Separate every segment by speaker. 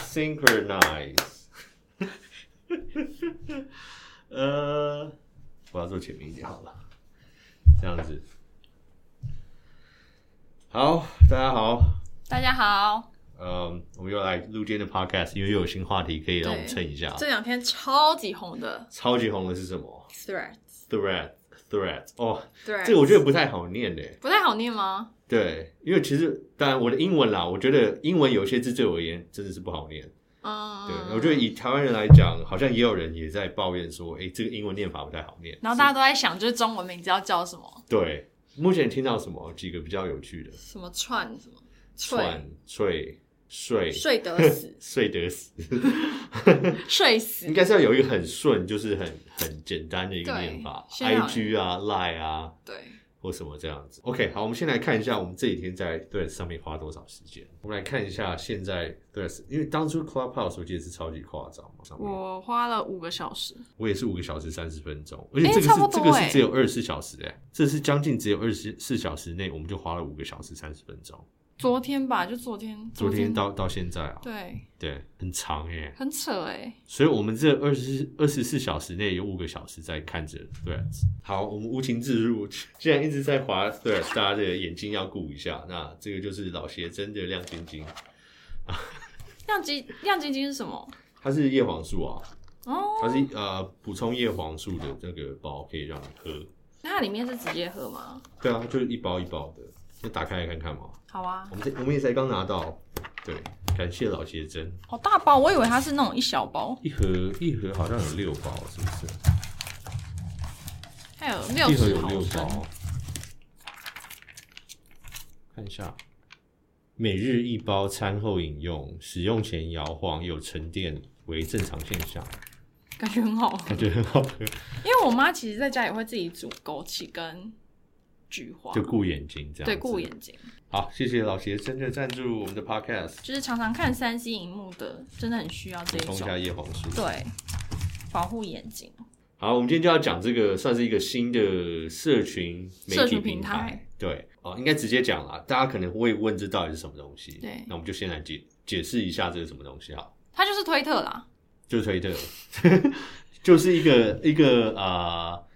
Speaker 1: synchronize。呃，我要坐前面一点好了，这样子。好，大家好，
Speaker 2: 大家好，
Speaker 1: 嗯，我们又来录今天的 podcast，因为又有新话题可以让我们蹭一下。
Speaker 2: 这两天超级红的
Speaker 1: 超级红的是什么
Speaker 2: Threads，Threads，
Speaker 1: ？thread thread 哦，这个我觉得不太好念呢。
Speaker 2: 不太好念吗？
Speaker 1: 对，因为其实当然我的英文啦，我觉得英文有些字对我而言真的是不好念。
Speaker 2: 嗯，
Speaker 1: 对，我觉得以台湾人来讲，好像也有人也在抱怨说，哎、这个英文念法不太好念。
Speaker 2: 然后大家都在想，就是中文名字要叫什么？
Speaker 1: 对，目前听到什么几个比较有趣的？
Speaker 2: 什么串什么
Speaker 1: 串、睡、睡、，
Speaker 2: 睡得死
Speaker 1: 睡得死，
Speaker 2: 睡
Speaker 1: 应
Speaker 2: 死，
Speaker 1: 该是要有一个很顺，就是很很简单的一个
Speaker 2: 对
Speaker 1: 念法
Speaker 2: 现在好
Speaker 1: ，IG 啊、Line 啊
Speaker 2: 对，
Speaker 1: 或什么这样子。OK，好，我们先来看一下我们这几天在 Threads 上面花多少时间。我们来看一下现在 Threads，因为当初 Clubhouse 我记得是超级夸张嘛，上面
Speaker 2: 我花了五个小时，
Speaker 1: 我也是五个小时三十分钟，而且
Speaker 2: 诶
Speaker 1: 这个是、
Speaker 2: 哎差不
Speaker 1: 这
Speaker 2: 多
Speaker 1: 个
Speaker 2: 诶
Speaker 1: 是只有二十四小时哎、这是将近只有二十四小时内，我们就花了五个小时三十分钟。
Speaker 2: 昨天吧，就昨天，
Speaker 1: 昨天到到现在啊，
Speaker 2: 对，
Speaker 1: 对，很长哎、
Speaker 2: 很扯哎，
Speaker 1: 所以我们这二十二十四小时内有五个小时在看着 Threads。好，我们无情自入，既然一直在滑 Threads，大家这个眼睛要顾一下。那这个就是老邪真的亮晶晶，
Speaker 2: 亮晶亮晶晶是什么？
Speaker 1: 它是叶黄素啊，
Speaker 2: 哦，
Speaker 1: 它是呃补充叶黄素的那个包可以让你喝。
Speaker 2: 那它里面是直接喝吗？
Speaker 1: 对啊，就是一包一包的，就打开来看看嘛。
Speaker 2: 好啊，
Speaker 1: 我们这我们也才刚拿到，对，感谢老邪真，
Speaker 2: 好哦大包，我以为它是那种一小包，
Speaker 1: 一盒一盒好像有六包，是不是？
Speaker 2: 还有六
Speaker 1: 一盒
Speaker 2: 十
Speaker 1: 有
Speaker 2: 毫
Speaker 1: 六
Speaker 2: 升，
Speaker 1: 包，看一下，每日一包，餐后饮用，使用前摇晃，有沉淀为正常现象，
Speaker 2: 感觉很好喝
Speaker 1: 感。觉很好喝，
Speaker 2: 因为我妈其实在家也会自己煮枸杞跟菊花，
Speaker 1: 就顾眼睛这样，
Speaker 2: 对顾。眼睛，
Speaker 1: 好，谢谢老邪真的赞助我们的 podcast，
Speaker 2: 就是常常看三 C 荧幕的，真的很需要这
Speaker 1: 补充
Speaker 2: 一
Speaker 1: 一下
Speaker 2: 种，
Speaker 1: 叶黄素。
Speaker 2: 对，保护眼睛。
Speaker 1: 好，我们今天就要讲这个，算是一个新的社群媒
Speaker 2: 社
Speaker 1: 体
Speaker 2: 群
Speaker 1: 平
Speaker 2: 平
Speaker 1: 台
Speaker 2: 台。
Speaker 1: 对，哦，应该直接讲啦，大家可能会问这到底是什么东西。
Speaker 2: 对
Speaker 1: 那我们就先来解解释一下这是什么东西哈，
Speaker 2: 它就是推特啦，
Speaker 1: 就是推特， 就是一个一个啊、呃，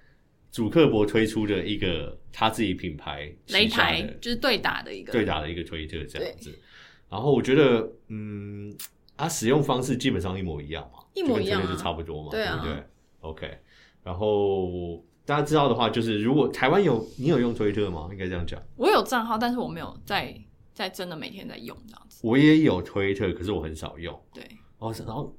Speaker 1: 主客博推出的一个他自己品牌
Speaker 2: 擂
Speaker 1: 旗下
Speaker 2: 台
Speaker 1: 的
Speaker 2: 就是对打的一个，
Speaker 1: 对打的一个推特这样子。然后我觉得，嗯，它使用方式基本上一模一样嘛，
Speaker 2: 一模一样啊
Speaker 1: 就跟推特就差不多嘛，
Speaker 2: 对啊
Speaker 1: 不对？OK，然后大家知道的话，就是如果台湾有你有用推特吗？应该这样讲，
Speaker 2: 我有账号，但是我没有在在真的每天在用这样子，
Speaker 1: 我也有推特，可是我很少用。
Speaker 2: 对，
Speaker 1: 哦，然后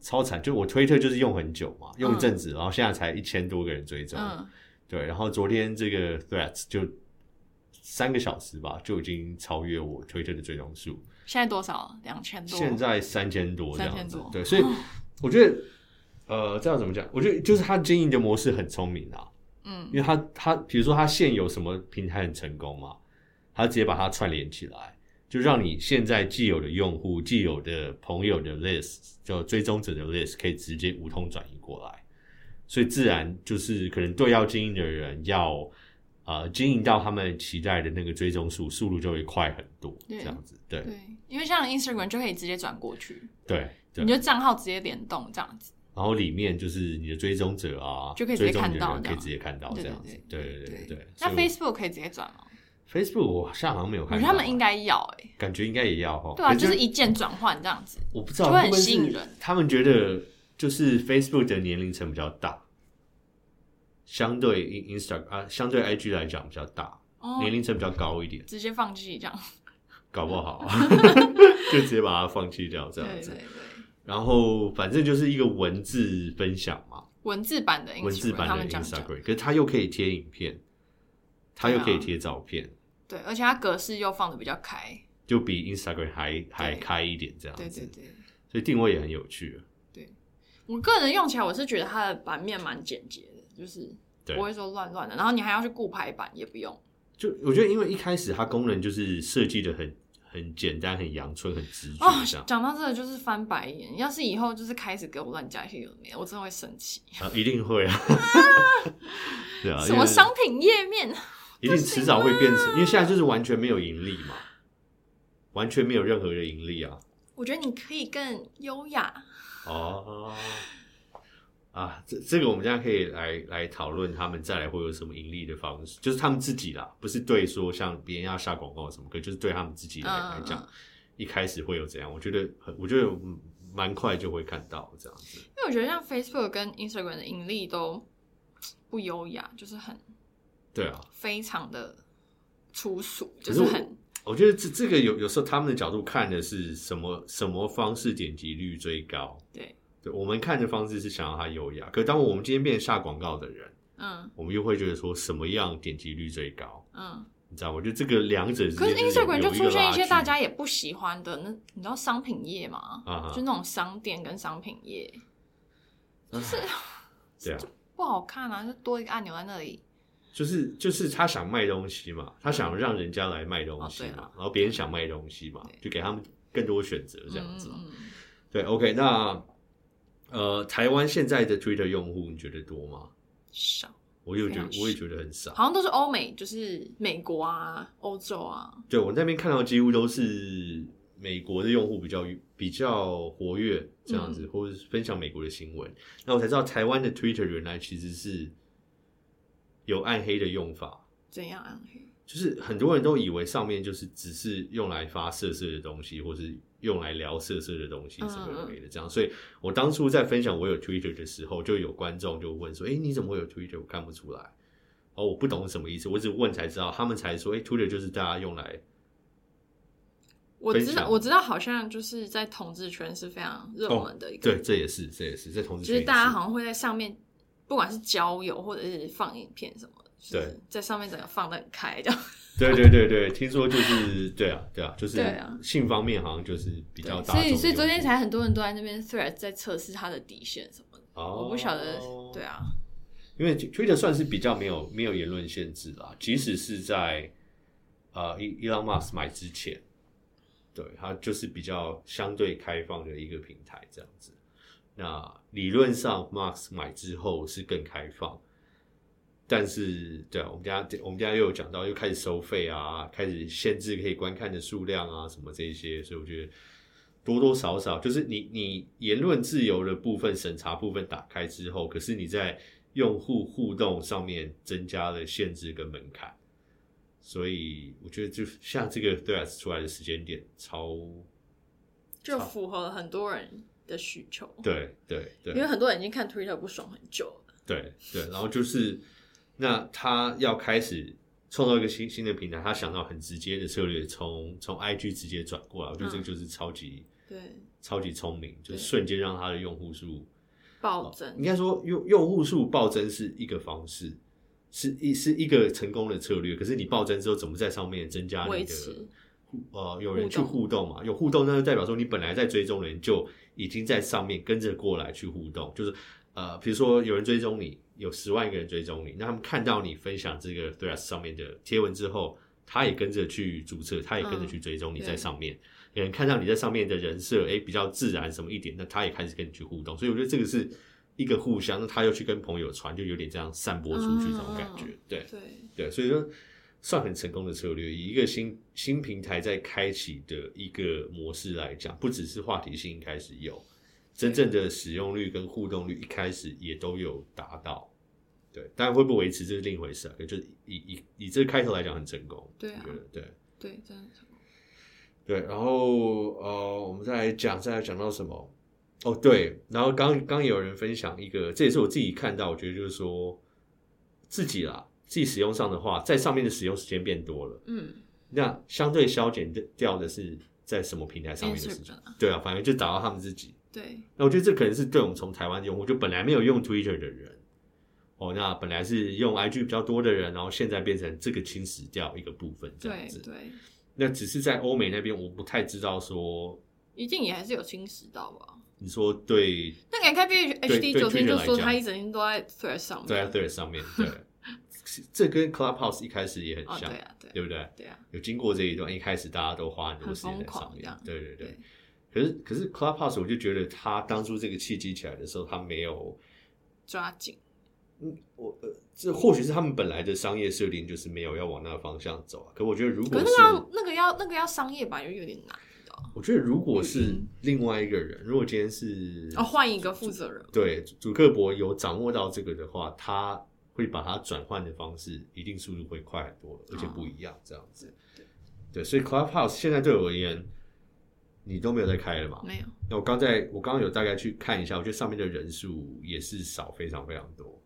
Speaker 1: 超惨，就我推特就是用很久嘛，用一阵子，然后现在才一千多个人追踪，
Speaker 2: 嗯，
Speaker 1: 对，然后昨天这个 Threads 就三个小时吧，就已经超越我推特的追踪数。
Speaker 2: 现在多少？两千多，
Speaker 1: 现在三千多这样
Speaker 2: 3000
Speaker 1: 子
Speaker 2: 多，
Speaker 1: 对，所以我觉得，呃，这样怎么讲？我觉得就是他经营的模式很聪明啊，
Speaker 2: 嗯
Speaker 1: 因，为他他比如说他现有什么平台很成功嘛，他直接把它串联起来，就让你现在既有的用户、既有的朋友的 list，就追踪者的 list，可以直接无痛转移过来，所以自然就是可能对要经营的人要。呃，经营到他们期待的那个追踪数，速度就会快很多，这
Speaker 2: 对
Speaker 1: 样子，对
Speaker 2: 对，因为像 Instagram 就可以直接转过去，
Speaker 1: 对对啊
Speaker 2: 你。就账号直接联动这样子，
Speaker 1: 然后里面就是你的追踪者啊，
Speaker 2: 就可以直
Speaker 1: 追
Speaker 2: 接
Speaker 1: 踪
Speaker 2: 看
Speaker 1: 你的
Speaker 2: 到
Speaker 1: 人
Speaker 2: 这
Speaker 1: 可以
Speaker 2: 样
Speaker 1: 直接看到哦这
Speaker 2: 对对
Speaker 1: 样子。对
Speaker 2: 对
Speaker 1: 对对。
Speaker 2: 那
Speaker 1: 所以
Speaker 2: Facebook 可以直接转吗？
Speaker 1: Facebook 我好像好像没有
Speaker 2: 我
Speaker 1: 看
Speaker 2: 觉得
Speaker 1: 到，啊
Speaker 2: 他们应该要哎、
Speaker 1: 感觉应该也要哈。
Speaker 2: 对啊，
Speaker 1: 哦可
Speaker 2: 就是一键转换这样子。
Speaker 1: 我不知道
Speaker 2: 就
Speaker 1: 会
Speaker 2: 会很
Speaker 1: 不会
Speaker 2: 吸引
Speaker 1: 是
Speaker 2: 人
Speaker 1: 他们觉得就是 Facebook 的年龄层比较大，相对 In Insta 啊，相对 IG 来讲比较大，
Speaker 2: 哦，
Speaker 1: 年龄层比较高一点，
Speaker 2: 直接放弃这样。
Speaker 1: 搞不 好就直接把它放弃掉这样
Speaker 2: 对
Speaker 1: 子
Speaker 2: 对。对，
Speaker 1: 然后反正就是一个文字分享嘛，
Speaker 2: 文字版的 Instagram，
Speaker 1: 文字版
Speaker 2: 他
Speaker 1: 的
Speaker 2: 们讲讲。
Speaker 1: Instagram，可是它又可以贴影片，它又可以贴照片，
Speaker 2: 对，而且它格式又放的比较开。
Speaker 1: 就比 Instagram 还还开一点这样子。
Speaker 2: 啊对对对，
Speaker 1: 所以定位也很有趣。啊
Speaker 2: 我个人用起来，我是觉得它的版面蛮简洁的，就是
Speaker 1: 对
Speaker 2: 不会说乱乱的。然后你还要去顾排版，也不用。
Speaker 1: 就我觉得，因为一开始它功能就是设计的很很简单、很阳春、很直觉
Speaker 2: 哦
Speaker 1: 这样，，
Speaker 2: 讲到这个就是翻白眼。要是以后就是开始给我乱加一些有的没的，我真的会生气。
Speaker 1: 啊，一定会 啊。对啊，
Speaker 2: 什
Speaker 1: 因
Speaker 2: 么
Speaker 1: 为
Speaker 2: 商品页面？
Speaker 1: 一定迟早会变成，因为现在就是完全没有盈利嘛，完全没有任何的盈利啊。
Speaker 2: 我觉得你可以更优雅。
Speaker 1: 哦，啊，这这个我们现在可以来来讨论他们再来会有什么盈利的方式，就是他们自己啦，不是对说像别人要下广告什么，可就是对他们自己来、
Speaker 2: 嗯
Speaker 1: 来讲
Speaker 2: 嗯，
Speaker 1: 一开始会有怎样？我觉得很，我觉得嗯蛮快就会看到这样子。
Speaker 2: 因为我觉得像 Facebook 跟 Instagram 的盈利都不优雅，就是很
Speaker 1: 对啊，
Speaker 2: 非常的粗俗，
Speaker 1: 可
Speaker 2: 就是是
Speaker 1: 我
Speaker 2: 很
Speaker 1: 我觉得这这个有有时候他们的角度看的是什么什么方式点击率最高？
Speaker 2: 对，
Speaker 1: 对，我们看的方式是想要它优雅，可当我们今天变成下广告的人，
Speaker 2: 嗯
Speaker 1: 我们又会觉得说什么样点击率最高？
Speaker 2: 嗯。
Speaker 1: 你知道吗，我觉得这个两者之
Speaker 2: 可
Speaker 1: 间
Speaker 2: 是
Speaker 1: 有
Speaker 2: Instagram 就
Speaker 1: 有
Speaker 2: 出
Speaker 1: 个
Speaker 2: 现一
Speaker 1: 拉
Speaker 2: 些
Speaker 1: 锯
Speaker 2: 大家也不喜欢的，那你知道商品业吗？
Speaker 1: 啊哈
Speaker 2: 就那种商店跟商品业
Speaker 1: 是 对啊，
Speaker 2: 不好看啊，就多一个按钮在那里。
Speaker 1: 就是就是他想卖东西嘛，他想让人家来卖东西
Speaker 2: 哦对
Speaker 1: 嘛，
Speaker 2: 啦
Speaker 1: 然后别人想卖东西嘛，
Speaker 2: 对
Speaker 1: 就给他们更多选择这样子嘛。
Speaker 2: 嗯嗯嗯
Speaker 1: 对，OK，那呃，台湾现在的 Twitter 用户你觉得多吗？
Speaker 2: 少，
Speaker 1: 我也觉
Speaker 2: 非常
Speaker 1: 得，
Speaker 2: 少
Speaker 1: 我也觉得很少。
Speaker 2: 好像都是欧美，就是美国啊、欧洲啊，
Speaker 1: 对我那边看到几乎都是美国的用户比较比较活跃这样
Speaker 2: 嗯
Speaker 1: 子，或者是分享美国的新闻。那我才知道台湾的 Twitter 原来其实是有暗黑的用法，
Speaker 2: 怎样啊暗黑？
Speaker 1: 就是很多人都以为上面就是只是用来发色色的东西，或是用来聊色色的东西
Speaker 2: 嗯
Speaker 1: 什么有没的这样。所以我当初在分享我有 Twitter 的时候，就有观众就问说：“诶，你怎么会有 Twitter？我看不出来。”哦，我不懂什么意思，我只问才知道，他们才说：“诶 t w i t t e r 就是大家用来
Speaker 2: 我
Speaker 1: 分
Speaker 2: 知道，
Speaker 1: 享
Speaker 2: 我知道，好像就是在同志圈是非常热
Speaker 1: 哦
Speaker 2: 门的一个，
Speaker 1: 对，这也是这也是在同志
Speaker 2: 就
Speaker 1: 圈也
Speaker 2: 是
Speaker 1: 是
Speaker 2: 大家好像会在上面，不管是交友或者是放影片什么的，就是
Speaker 1: 对
Speaker 2: 在上面整个放的很开这样。
Speaker 1: 对对对对，听说就是对啊对啊，就是
Speaker 2: 对啊
Speaker 1: 性方面好像就是比较
Speaker 2: 对，
Speaker 1: 大
Speaker 2: 所
Speaker 1: 众
Speaker 2: 以所以
Speaker 1: 用
Speaker 2: 昨天
Speaker 1: 户
Speaker 2: 才很多人都在那边 thread 在测试他的底线什么的，
Speaker 1: 哦，
Speaker 2: 我不晓得，对啊，
Speaker 1: 因为 Twitter 算是比较没有没有言论限制啦，即使是在呃伊伊朗马斯买之前，对它就是比较相对开放的一个平台这样子。那理论上 Max 买之后是更开放，但是对啊，我们家我们家又有讲到又开始收费啊，开始限制可以观看的数量啊，什么这一些，所以我觉得多多少少就是你你言论自由的部分、审查部分打开之后，可是你在用户互动上面增加了限制跟门槛，所以我觉得就像这个对啊出来的时间点超
Speaker 2: 就符合了很多人的需求，
Speaker 1: 对对对，
Speaker 2: 因为很多人已经看 Twitter 不爽很久了，
Speaker 1: 对对，然后就是那他要开始创造一个新新的平台，他想到很直接的策略，从从 IG 直接转过来，我觉得这个就是超级、
Speaker 2: 对，
Speaker 1: 超级聪明，就
Speaker 2: 对
Speaker 1: 瞬间让他的用户数，
Speaker 2: 暴增
Speaker 1: 哦应，该说用用户数暴增是一个方式。是一是一个成功的策略，可是你暴增之后，怎么在上面增加你
Speaker 2: 维
Speaker 1: 的
Speaker 2: 持，
Speaker 1: 呃有人去互
Speaker 2: 互
Speaker 1: 动嘛？有互动，那就代表说你本来在追踪的人就已经在上面跟着过来去互动，就是呃，比如说有人追踪你，有十万个人追踪你，那他们看到你分享这个 Threads 上面的贴文之后，他也跟着去注册，他也跟
Speaker 2: 嗯
Speaker 1: 着去追踪你在上面。有人看到你在上面的人设，哎，比较自然什么一点，那他也开始跟你去互动，所以我觉得这个是一个互相，那他又去跟朋友传，就有点这样散播出去这种感觉，
Speaker 2: 嗯
Speaker 1: 对。
Speaker 2: 对，
Speaker 1: 对，所以说算很成功的策略。以一个新新平台在开启的一个模式来讲，不只是话题性开始有，真正的使用率跟互动率一开始也都有达到。对，但会不会维持这是另一回事啊。可就是以以以这个开头来讲很成功，
Speaker 2: 对啊
Speaker 1: 我觉得对。
Speaker 2: 对，真的是，
Speaker 1: 对，然后呃，我们再来讲，再来讲到什么？哦，对，然后刚刚也有人分享一个，这也是我自己看到，我觉得就是说自己啦，自己使用上的话，在上面的使用时间变多了，
Speaker 2: 嗯
Speaker 1: 那相对消减掉的是在什么平台上面的事情
Speaker 2: ，Instagram？啊
Speaker 1: 对啊，反正就找到他们自己。
Speaker 2: 对，
Speaker 1: 那我觉得这可能是对我们从台湾用户，就本来没有用 Twitter 的人，哦，那本来是用 IG 比较多的人，然后现在变成这个侵蚀掉一个部分这样
Speaker 2: 对
Speaker 1: 子。
Speaker 2: 对，
Speaker 1: 那只是在欧美那边，我不太知道说
Speaker 2: 一定也还是有侵蚀到吧？
Speaker 1: 你说对
Speaker 2: 那个 KP
Speaker 1: 对
Speaker 2: HD
Speaker 1: 对
Speaker 2: 昨天
Speaker 1: Twitter
Speaker 2: 就
Speaker 1: 来
Speaker 2: 说
Speaker 1: 讲
Speaker 2: 他一整天都在 Thread 上面，
Speaker 1: 对啊对啊上面 对，这跟 Clubhouse 一开始也
Speaker 2: 哦
Speaker 1: 很像，
Speaker 2: 对啊对啊
Speaker 1: 对不对？
Speaker 2: 对啊，
Speaker 1: 有经过这一段，一开始大家都花很多
Speaker 2: 很
Speaker 1: 时间
Speaker 2: 疯
Speaker 1: 在
Speaker 2: 狂
Speaker 1: 上
Speaker 2: 这
Speaker 1: 面
Speaker 2: 样，
Speaker 1: 对对对
Speaker 2: 对。
Speaker 1: 可是可是 Clubhouse 我就觉得他当初这个契机起来的时候，他没有，
Speaker 2: 抓紧，
Speaker 1: 我呃，这或许是他们本来的商业设定就是没有要往那个方向走啊。可我觉得如果
Speaker 2: 可是
Speaker 1: 是
Speaker 2: 那个要那个要那个要商业版又有点难。啊。
Speaker 1: 我觉得如果是
Speaker 2: 嗯
Speaker 1: 另外一个人，如果今天是
Speaker 2: 哦，换一个负责人，
Speaker 1: 对主客博有掌握到这个的话，他会把它转换的方式一定速度会快很多，而且不一样这样子。对，所以 Clubhouse 现在对我而言，你都没有在开了嘛？
Speaker 2: 没有，
Speaker 1: 那我刚在我刚刚有大概去看一下，我觉得上面的人数也是少非常非常多，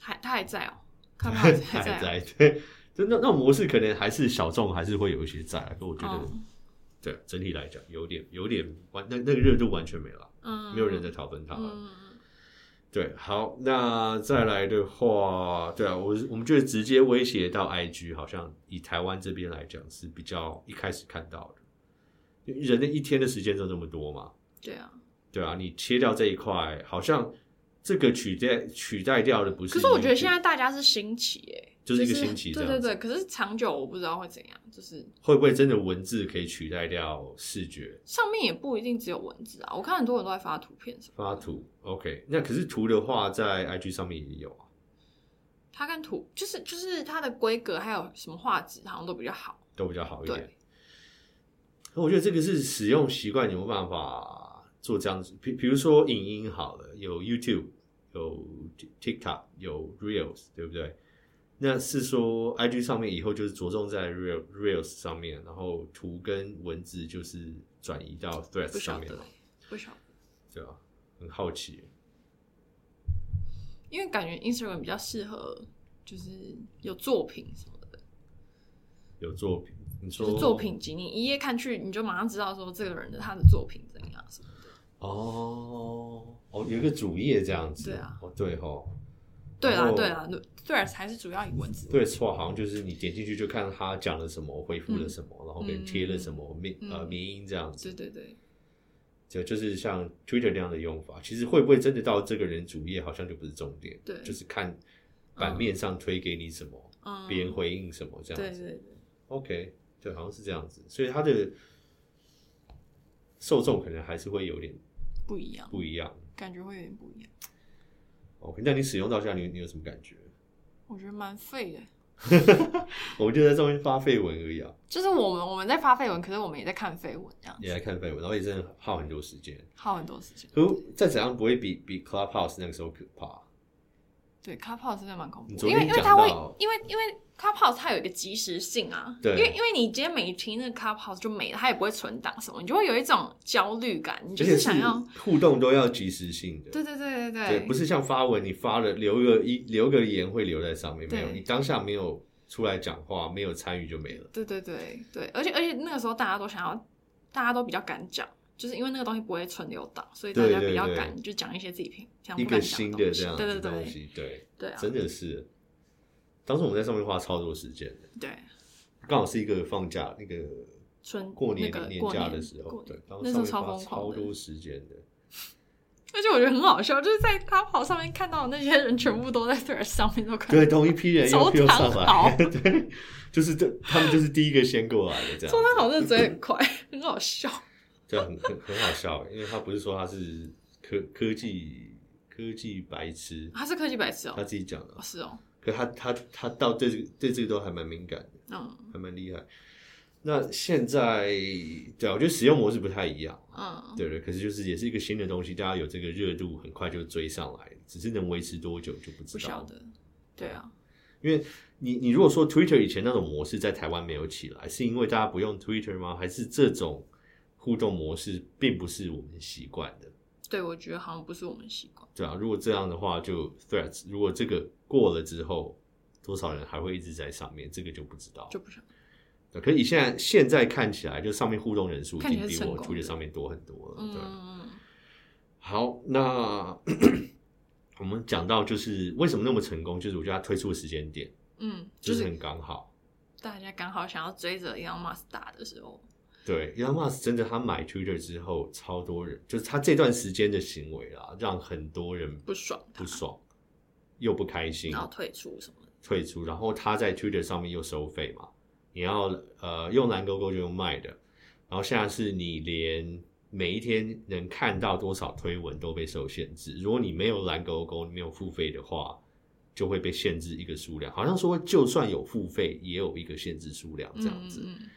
Speaker 2: 还他还在哦， 看他
Speaker 1: 还
Speaker 2: 还还在哦。
Speaker 1: 在对，就那那种模式可能还是小众，还是会有一些在啊，可我觉得、
Speaker 2: 哦
Speaker 1: 对整体来讲有点有点完那那个热度完全没了，
Speaker 2: 嗯，
Speaker 1: 没有人在讨论它了。
Speaker 2: 嗯，
Speaker 1: 对，好，那再来的话，对啊，我我们觉得直接威胁到 IG，好像以台湾这边来讲是比较一开始看到的，因为人的一天的时间就这么多嘛，
Speaker 2: 对啊。
Speaker 1: 对啊，你切掉这一块，好像这个取代取代掉的不是，
Speaker 2: 可是我觉得现在大家是新奇哎，
Speaker 1: 就是一个新奇这
Speaker 2: 对
Speaker 1: 样
Speaker 2: 对
Speaker 1: 子
Speaker 2: 对。可是长久我不知道会怎样，就是
Speaker 1: 会不会真的文字可以取代掉视觉
Speaker 2: 上面也不一定只有文字啊，我看很多人都在发图片什么，
Speaker 1: 发图？OK，那可是图的话，在 IG 上面也有啊，
Speaker 2: 它跟图就是就是它的规格还有什么画质好像都比较好，
Speaker 1: 都比较好一点。
Speaker 2: 对，
Speaker 1: 那我觉得这个是使用习惯有没有办法做这样子，比比如说影音好了，有 YouTube，有 TikTok，有 Reels，对不对？那是说 IG 上面以后就是着重在 Reel Reels 上面，然后图跟文字就是转移到
Speaker 2: 不
Speaker 1: Threads
Speaker 2: 晓
Speaker 1: 上面
Speaker 2: 得
Speaker 1: 嘛，
Speaker 2: 不晓得，
Speaker 1: 对啊，很好奇，
Speaker 2: 因为感觉 Instagram 比较适合就是有作品什么的，
Speaker 1: 有作品，你
Speaker 2: 就
Speaker 1: 说
Speaker 2: 是作品集，你一页看去你就马上知道说这个人的他的作品怎样什么的，
Speaker 1: 哦哦，有一个主页这样子，
Speaker 2: 对啊，
Speaker 1: 哦对吼、
Speaker 2: 对啦
Speaker 1: 哦
Speaker 2: 对啦，Threads 还是主要以文字为主，
Speaker 1: 对错好像就是你点进去就看他讲了什么，回复了什么，然后给贴了什么名、
Speaker 2: 嗯
Speaker 1: 呃名音这样子，
Speaker 2: 对对对，
Speaker 1: 就就是像 Twitter 那样的用法。其实会不会真的到这个人主页，好像就不是重点，
Speaker 2: 对
Speaker 1: 就是看版面上推给你什么，
Speaker 2: 嗯，
Speaker 1: 别人回应什么这
Speaker 2: 对
Speaker 1: 样
Speaker 2: 对
Speaker 1: 子。
Speaker 2: 对。
Speaker 1: OK，对，好像是这样子，所以它的受众可能还是会有点
Speaker 2: 不一样，
Speaker 1: 不一样。
Speaker 2: 感觉会有点不一样。
Speaker 1: OK，那你使用到现在，你你有什么感觉？
Speaker 2: 我觉得蛮废的，
Speaker 1: 我们就在上面发绯闻而已啊，
Speaker 2: 就是我们我们在发绯闻，可是我们也在看绯闻，这样
Speaker 1: 也来看绯闻，然后也真的耗很多时间。
Speaker 2: 耗很多时间。
Speaker 1: 可再怎样不会比比 Clubhouse 那个时候可怕。
Speaker 2: 对 c l u b h o u s 真的蛮恐怖
Speaker 1: 你
Speaker 2: 的，
Speaker 1: 昨
Speaker 2: 因
Speaker 1: 天
Speaker 2: 为因为
Speaker 1: 讲
Speaker 2: 它会
Speaker 1: 到，
Speaker 2: 因为因为 c l u b h o u s 它有一个及时性啊，
Speaker 1: 对
Speaker 2: 因为因为你今天没听那个 c l u b h o u s 就没了，它也不会存档什么，你就会有一种焦虑感，你
Speaker 1: 而
Speaker 2: 就
Speaker 1: 且
Speaker 2: 想要，
Speaker 1: 互动都要及时性的，
Speaker 2: 对对对对
Speaker 1: 对，不是像发文你发了留个一留个言会留在上面，没有
Speaker 2: 对
Speaker 1: 你当下没有出来讲话，没有参与就没了。
Speaker 2: 对对对对，而且而且那个时候大家都想要，大家都比较敢讲，就是因为那个东西不会存留档，所以大
Speaker 1: 对
Speaker 2: 家
Speaker 1: 对
Speaker 2: 比较
Speaker 1: 对
Speaker 2: 敢就讲一些自己平想
Speaker 1: 一
Speaker 2: 不
Speaker 1: 个
Speaker 2: 敢讲
Speaker 1: 新
Speaker 2: 的
Speaker 1: 的
Speaker 2: 东
Speaker 1: 这
Speaker 2: 西，
Speaker 1: 样
Speaker 2: 对
Speaker 1: 子
Speaker 2: 对
Speaker 1: 东
Speaker 2: 对
Speaker 1: 西，对，
Speaker 2: 对啊，
Speaker 1: 真的是。当时我们在上面花超多时间的，
Speaker 2: 对。
Speaker 1: 刚好是一个放假那个
Speaker 2: 春
Speaker 1: 过年、
Speaker 2: 那个
Speaker 1: 年
Speaker 2: 过
Speaker 1: 假
Speaker 2: 年
Speaker 1: 的时候，
Speaker 2: 过
Speaker 1: 对，当
Speaker 2: 那
Speaker 1: 时
Speaker 2: 时
Speaker 1: 上
Speaker 2: 候超
Speaker 1: 面花
Speaker 2: 疯狂
Speaker 1: 超
Speaker 2: 的
Speaker 1: 多，时间的，
Speaker 2: 而且我觉得很好笑，就是在他跑上面看到的那些人，全部都在 t h r 上面都可以
Speaker 1: 对，同一批人又
Speaker 2: 周
Speaker 1: 又上
Speaker 2: 汤豪
Speaker 1: 来， 对，就是这，他们就是第一个先过来的这样子。
Speaker 2: 周汤豪真的嘴很快， 很好笑。
Speaker 1: 这很很很好笑，欸因为他不是说他是科科技科技白痴，
Speaker 2: 他是科技白痴
Speaker 1: 他
Speaker 2: 哦，
Speaker 1: 自己讲的
Speaker 2: 哦，是哦，
Speaker 1: 可他他他到对这个对这个都还蛮敏感的，
Speaker 2: 嗯
Speaker 1: 还蛮厉害。那现在对啊，我觉得使用模式不太一样，
Speaker 2: 嗯，
Speaker 1: 对不对？可是就是也是一个新的东西，大家有这个热度，很快就追上来，只是能维持多久就不
Speaker 2: 不
Speaker 1: 知道
Speaker 2: 晓
Speaker 1: 了。
Speaker 2: 得，对啊，
Speaker 1: 因为你你如果说 Twitter 以前那种模式在台湾没有起来，是因为大家不用 Twitter 吗？还是这种互动模式并不是我们习惯的？
Speaker 2: 对我觉得好像不是我们习惯，
Speaker 1: 对啊，如果这样的话，就 Threads，如果这个过了之后，多少人还会一直在上面，这个就不知道。
Speaker 2: 就不晓得，
Speaker 1: 对可是以现在现在看起来，就上面互动人数已
Speaker 2: 看起
Speaker 1: 经
Speaker 2: 来
Speaker 1: 比
Speaker 2: 是成
Speaker 1: 我
Speaker 2: 功
Speaker 1: Twitter
Speaker 2: 的
Speaker 1: 上面多很多了。对，
Speaker 2: 嗯，
Speaker 1: 好，那 我们讲到就是为什么那么成功，就是我觉得它推出的时间点
Speaker 2: 嗯，
Speaker 1: 就
Speaker 2: 就是是
Speaker 1: 很刚好。
Speaker 2: 大家刚好想要追着 Elon Musk 打的时候，
Speaker 1: 对，Elon Musk 真的他买 Twitter 之后，超多人就是他这段时间的行为啦，让很多人
Speaker 2: 不爽他
Speaker 1: 不，爽，又不开心，
Speaker 2: 然后退出什么的，
Speaker 1: 退出，然后他在 Twitter 上面又收费嘛，你要呃用蓝勾勾就用卖的，然后现在是你连每一天能看到多少推文都被受限制，如果你没有蓝勾勾，你没有付费的话，就会被限制一个数量，好像说就算有付费也有一个限制数量这样子，
Speaker 2: 嗯嗯嗯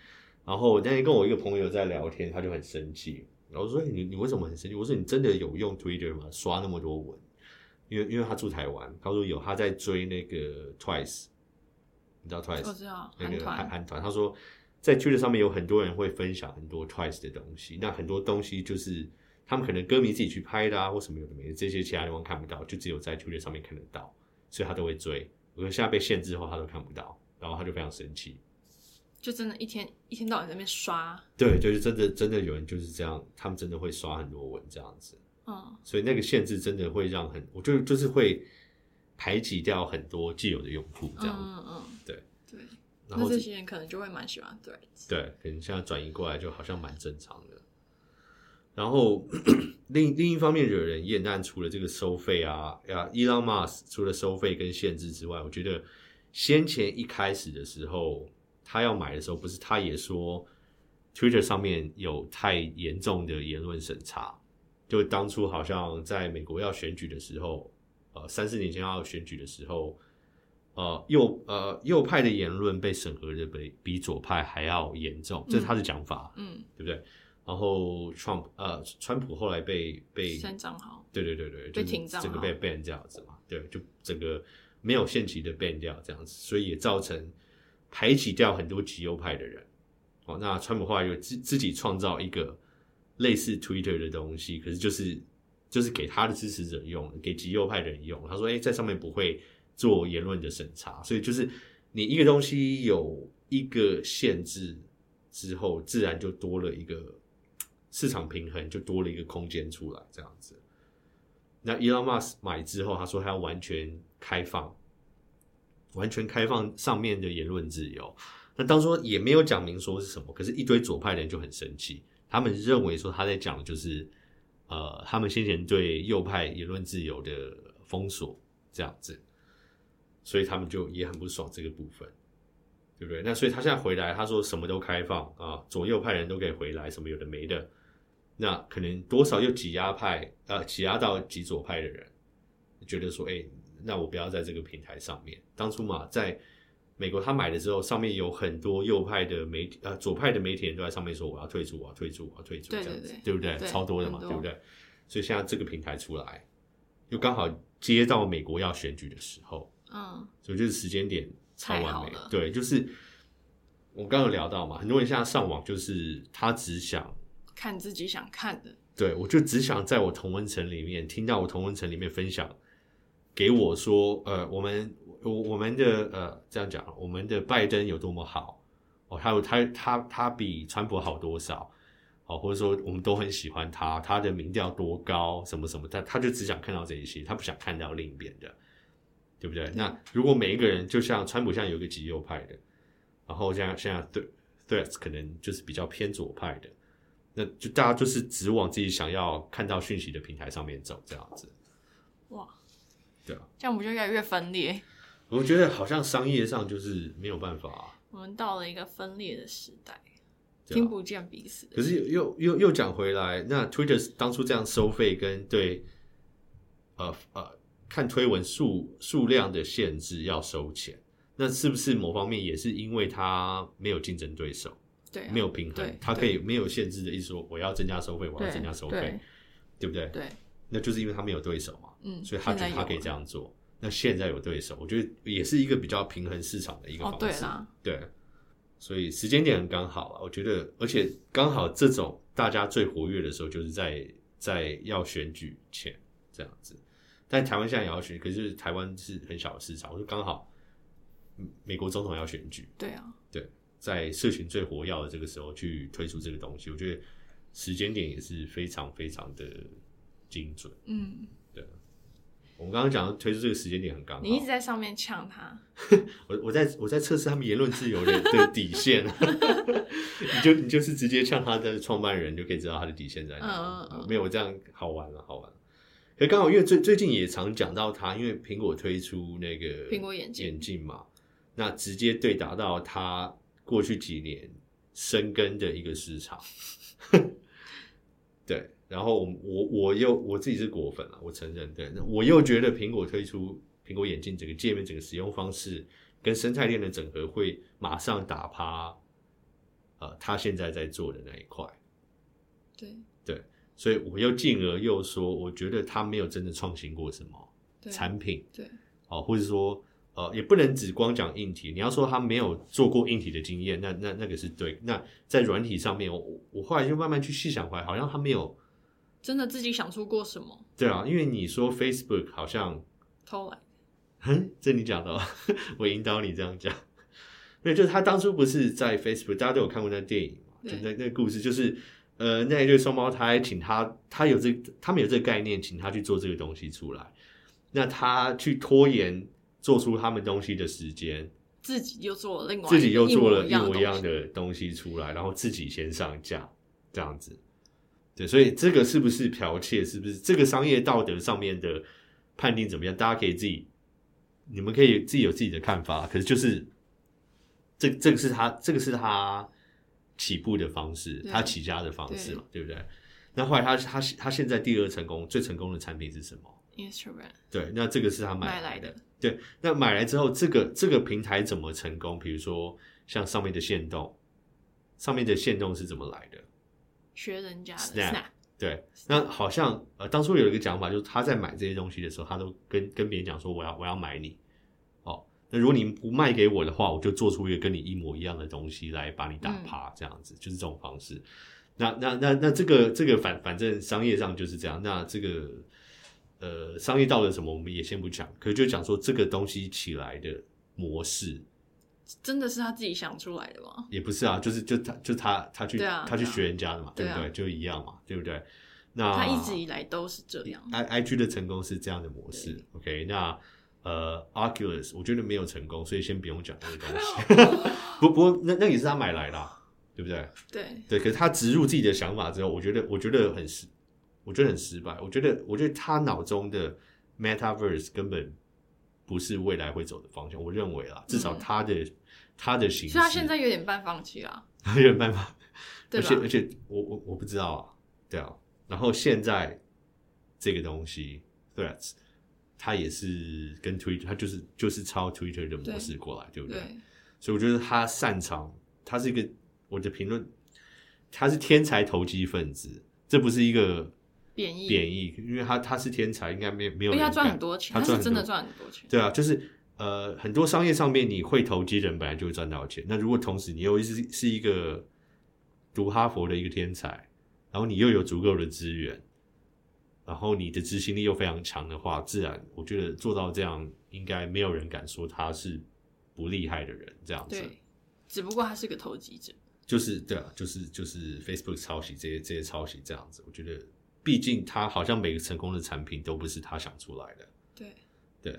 Speaker 1: 然后我那天跟我一个朋友在聊天，他就很生气。然后我说哎你你为什么很生气？我说你真的有用 Twitter 吗？刷那么多文？因为因为他住台湾，他说有他在追那个 Twice，你知道 Twice
Speaker 2: 我知道
Speaker 1: 那
Speaker 2: 韩
Speaker 1: 个韩
Speaker 2: 团，
Speaker 1: 韩团，他说在 Twitter 上面有很多人会分享很多 Twice 的东西，那很多东西就是他们可能歌迷自己去拍的啊，或什么有的没的，这些其他地方看不到，就只有在 Twitter 上面看得到，所以他都会追。我说现在被限制后，他都看不到，然后他就非常生气。
Speaker 2: 就真的一天一天到晚在那边刷，
Speaker 1: 对，就是真的真的有人就是这样，他们真的会刷很多文这样子，
Speaker 2: 嗯，
Speaker 1: 所以那个限制真的会让很，我就就是会排挤掉很多既有的用户这样，
Speaker 2: 嗯嗯嗯，
Speaker 1: 对
Speaker 2: 对，
Speaker 1: 然
Speaker 2: 那
Speaker 1: 后
Speaker 2: 这些人可能就会蛮喜欢 Threads，
Speaker 1: 对，可能现在转移过来就好像蛮正常的。然后另另一方面惹人厌，但除了这个收费啊呀，伊朗马斯除了收费跟限制之外，我觉得先前一开始的时候，他要买的时候，不是他也说 Twitter 上面有太严重的言论审查，就当初好像在美国要选举的时候，呃，三四年前要选举的时候，呃，右呃右派的言论被审核的比比左派还要严重，这是他的讲法，
Speaker 2: 嗯，
Speaker 1: 对不对？然后 Trump 呃，川普后来被被
Speaker 2: 三张好，
Speaker 1: 对对对对，
Speaker 2: 被
Speaker 1: 就是
Speaker 2: 停账
Speaker 1: 整个
Speaker 2: 号
Speaker 1: 被 ban 这样子嘛，对，就整个没有限期的 ban 掉这样子，所以也造成排挤掉很多极右派的人。哦，那川普后来又自自己创造一个类似 Twitter 的东西，可是就是就是给他的支持者用，给极右派的人用。他说，哎、在上面不会做言论的审查，所以就是你一个东西有一个限制之后，自然就多了一个市场平衡，就多了一个空间出来，这样子。那 Elon Musk 买之后，他说他要完全开放，完全开放上面的言论自由。那当初也没有讲明说是什么，可是一堆左派的人就很生气，他们认为说他在讲的就是，呃，他们先前对右派言论自由的封锁这样子，所以他们就也很不爽这个部分，对不对？那所以他现在回来，他说什么都开放啊，左右派人都可以回来，什么有的没的，那可能多少又挤压派，呃，挤压到极左派的人，觉得说，哎、那我不要在这个平台上面。当初嘛，在美国他买了之后，上面有很多右派的媒体，呃，左派的媒体人都在上面说我要退出，我要退出，我要退出，这
Speaker 2: 对
Speaker 1: 样子，
Speaker 2: 对对
Speaker 1: 不对？
Speaker 2: 对
Speaker 1: 超多的嘛，
Speaker 2: 很多
Speaker 1: 对不对？所以现在这个平台出来，又刚好接到美国要选举的时候，
Speaker 2: 嗯，
Speaker 1: 所以就是时间点超
Speaker 2: 太
Speaker 1: 完
Speaker 2: 好
Speaker 1: 美
Speaker 2: 了。
Speaker 1: 对，就是我刚刚有聊到嘛，很多人现在上网就是他只想，
Speaker 2: 看自己想看的，
Speaker 1: 对我就只想在我同温层里面听到我同温层里面分享给我说，呃，我们我我们的呃这样讲，我们的拜登有多么好哦，他有他他他比川普好多少。哦，或者说我们都很喜欢他，他的民调多高，什么什么，他他就只想看到这一些，他不想看到另一边的，对不对？那如果每一个人，就像川普现在有一个极右派的，然后像现在对 Threads 可能就是比较偏左派的，那就大家就是只往自己想要看到讯息的平台上面走，这样子，
Speaker 2: 哇，
Speaker 1: 对啊，
Speaker 2: 这样我们就越来越分 裂，
Speaker 1: 我觉得好像商业上就是没有办法、啊，
Speaker 2: 我们到了一个分裂的时代，
Speaker 1: 对啊
Speaker 2: 听不见彼此的
Speaker 1: 可是又又又讲回来，那 Twitter 当初这样收费跟对，呃呃，看推文数数量的限制要收钱，那是不是某方面也是因为它没有竞争对手，
Speaker 2: 对啊
Speaker 1: 没有平衡
Speaker 2: 对，
Speaker 1: 它可以没有限制的意思说我要增加收费，我要
Speaker 2: 对
Speaker 1: 增加收费
Speaker 2: 对，
Speaker 1: 对不对？
Speaker 2: 对，
Speaker 1: 那就是因为它没有对手嘛，
Speaker 2: 嗯，
Speaker 1: 所以他觉
Speaker 2: 现在
Speaker 1: 得他
Speaker 2: 有
Speaker 1: 可以
Speaker 2: 了
Speaker 1: 这样做。那现在有对手，我觉得也是一个比较平衡市场的一个
Speaker 2: 哦
Speaker 1: 方
Speaker 2: 对
Speaker 1: 式。
Speaker 2: 啦
Speaker 1: 对所以时间点很刚好啊，我觉得，而且刚好这种大家最活跃的时候，就是在在要选举前这样子。但台湾现在也要选，可是台湾是很小的市场，我就刚好，嗯美国总统要选举，
Speaker 2: 对啊，
Speaker 1: 在社群最活跃的这个时候去推出这个东西，我觉得时间点也是非常非常的精准。
Speaker 2: 嗯，
Speaker 1: 我们刚刚讲的推出这个时间点很刚好，
Speaker 2: 你一直在上面呛他，
Speaker 1: 我我在我在测试他们言论自由的的底线， 你就你就是直接呛他的创办人，你就可以知道他的底线在哪。
Speaker 2: 嗯嗯嗯
Speaker 1: 没有，我这样好玩了，好玩。可刚好因为最最近也常讲到他，因为苹果推出那个
Speaker 2: 苹果眼镜
Speaker 1: 眼镜嘛，那直接对打到他过去几年深耕的一个市场。 对，然后我我我又我自己是果粉啊，我承认，对，那我又觉得苹果推出苹果眼镜整个界面、整个使用方式跟生态链的整合，会马上打趴呃他现在在做的那一块。
Speaker 2: 对
Speaker 1: 所以我又进而又说，我觉得他没有真的创新过什么
Speaker 2: 对
Speaker 1: 产品
Speaker 2: 对
Speaker 1: 哦，或者说呃，也不能只光讲硬体。你要说他没有做过硬体的经验，那那那个是对。那在软体上面，我我我后来就慢慢去细想回来，好像他没有
Speaker 2: 真的自己想出过什么
Speaker 1: 对啊，因为你说 Facebook 好像，
Speaker 2: 偷来，
Speaker 1: 哼，这你讲的、哦， 我引导你这样讲。没有，就是他当初不是在 Facebook，大家都有看过那电影嘛，就
Speaker 2: 对
Speaker 1: 那那个故事，就是呃那一对双胞胎，请他他有这他们有这个概念，请他去做这个东西出来，那他去拖延做出他们东西的时间，
Speaker 2: 自己又做了另外
Speaker 1: 自己又做了
Speaker 2: 一
Speaker 1: 一模一样
Speaker 2: 的
Speaker 1: 的东西出来，然后自己先上架，这样子。对，所以这个是不是剽窃？是不是这个商业道德上面的判定怎么样？大家可以自己，你们可以自己有自己的看法。可是就是，这这个是他，这个是他起步的方式，
Speaker 2: 对
Speaker 1: 他起家的方式嘛，对不对？那后来他他他现在第二成功最成功的产品是什么？
Speaker 2: 东西 Instagram
Speaker 1: 对，那这个是他买
Speaker 2: 买
Speaker 1: 来
Speaker 2: 来
Speaker 1: 的
Speaker 2: 的。，
Speaker 1: 对，那买来之后，这个这个平台怎么成功？比如说像上面的限动，上面的限动是怎么来的？
Speaker 2: 学人家的
Speaker 1: Snap
Speaker 2: Snap，
Speaker 1: 对，那好像呃，当初有一个讲法，就是他在买这些东西的时候，他都跟跟别人讲说，我要我要买你，哦，那如果你不卖给我的话，我就做出一个跟你一模一样的东西来把你打
Speaker 2: 嗯
Speaker 1: 趴，这样子就是这种方式。那那那那这个这个反反正商业上就是这样，那这个呃商业道德什么我们也先不讲，可是就讲说这个东西起来的模式
Speaker 2: 真的是他自己想出来的吗？
Speaker 1: 也不是啊，就是就他就他他去、
Speaker 2: 对啊
Speaker 1: 他去
Speaker 2: 对啊
Speaker 1: 学人家的嘛，对不
Speaker 2: 对
Speaker 1: 对？
Speaker 2: 啊
Speaker 1: 就一样嘛，对不对？那
Speaker 2: 他一直以来都是这样，
Speaker 1: I I G 的成功是这样的模式
Speaker 2: 对。
Speaker 1: OK，那呃，Oculus 我觉得没有成功，所以先不用讲这个东西。 不不过那那也是他买来的啊，对不对？
Speaker 2: 对
Speaker 1: 对，可是他植入自己的想法之后，我觉得我觉得很失，我觉得很失败。我觉得我觉得他脑中的 Metaverse 根本不是未来会走的方向。我认为啊，至少
Speaker 2: 嗯
Speaker 1: 他的、他的形式，
Speaker 2: 所以他现在有点半放弃啦，
Speaker 1: 有点办法。
Speaker 2: 对
Speaker 1: 而且
Speaker 2: 吧
Speaker 1: 而？且我我我不知道啊，对啊。然后现在这个东西 Threads，它也是跟 Twitter，它就是就是抄 Twitter 的模式过来，对不对？
Speaker 2: 对
Speaker 1: 所以我觉得他擅长，他是一个我的评论，他是天才投机分子，这不是一个
Speaker 2: 贬义，
Speaker 1: 贬义，因为他他是天才，应该没有没有
Speaker 2: 因为
Speaker 1: 人
Speaker 2: 他赚
Speaker 1: 敢
Speaker 2: 很多钱，
Speaker 1: 他
Speaker 2: 他
Speaker 1: 赚很
Speaker 2: 是真的
Speaker 1: 多
Speaker 2: 赚很多钱，
Speaker 1: 对啊，就是呃，很多商业上面你会投机的人本来就会赚到钱。那如果同时你又是是一个读哈佛的一个天才，然后你又有足够的资源，然后你的执行力又非常强的话，自然我觉得做到这样，应该没有人敢说他是不厉害的人。这样子，
Speaker 2: 对，只不过他是个投机者，
Speaker 1: 就是对啊，就是就是 Facebook 抄袭这些这些抄袭这样子，我觉得。毕竟，他好像每个成功的产品都不是他想出来的，
Speaker 2: 对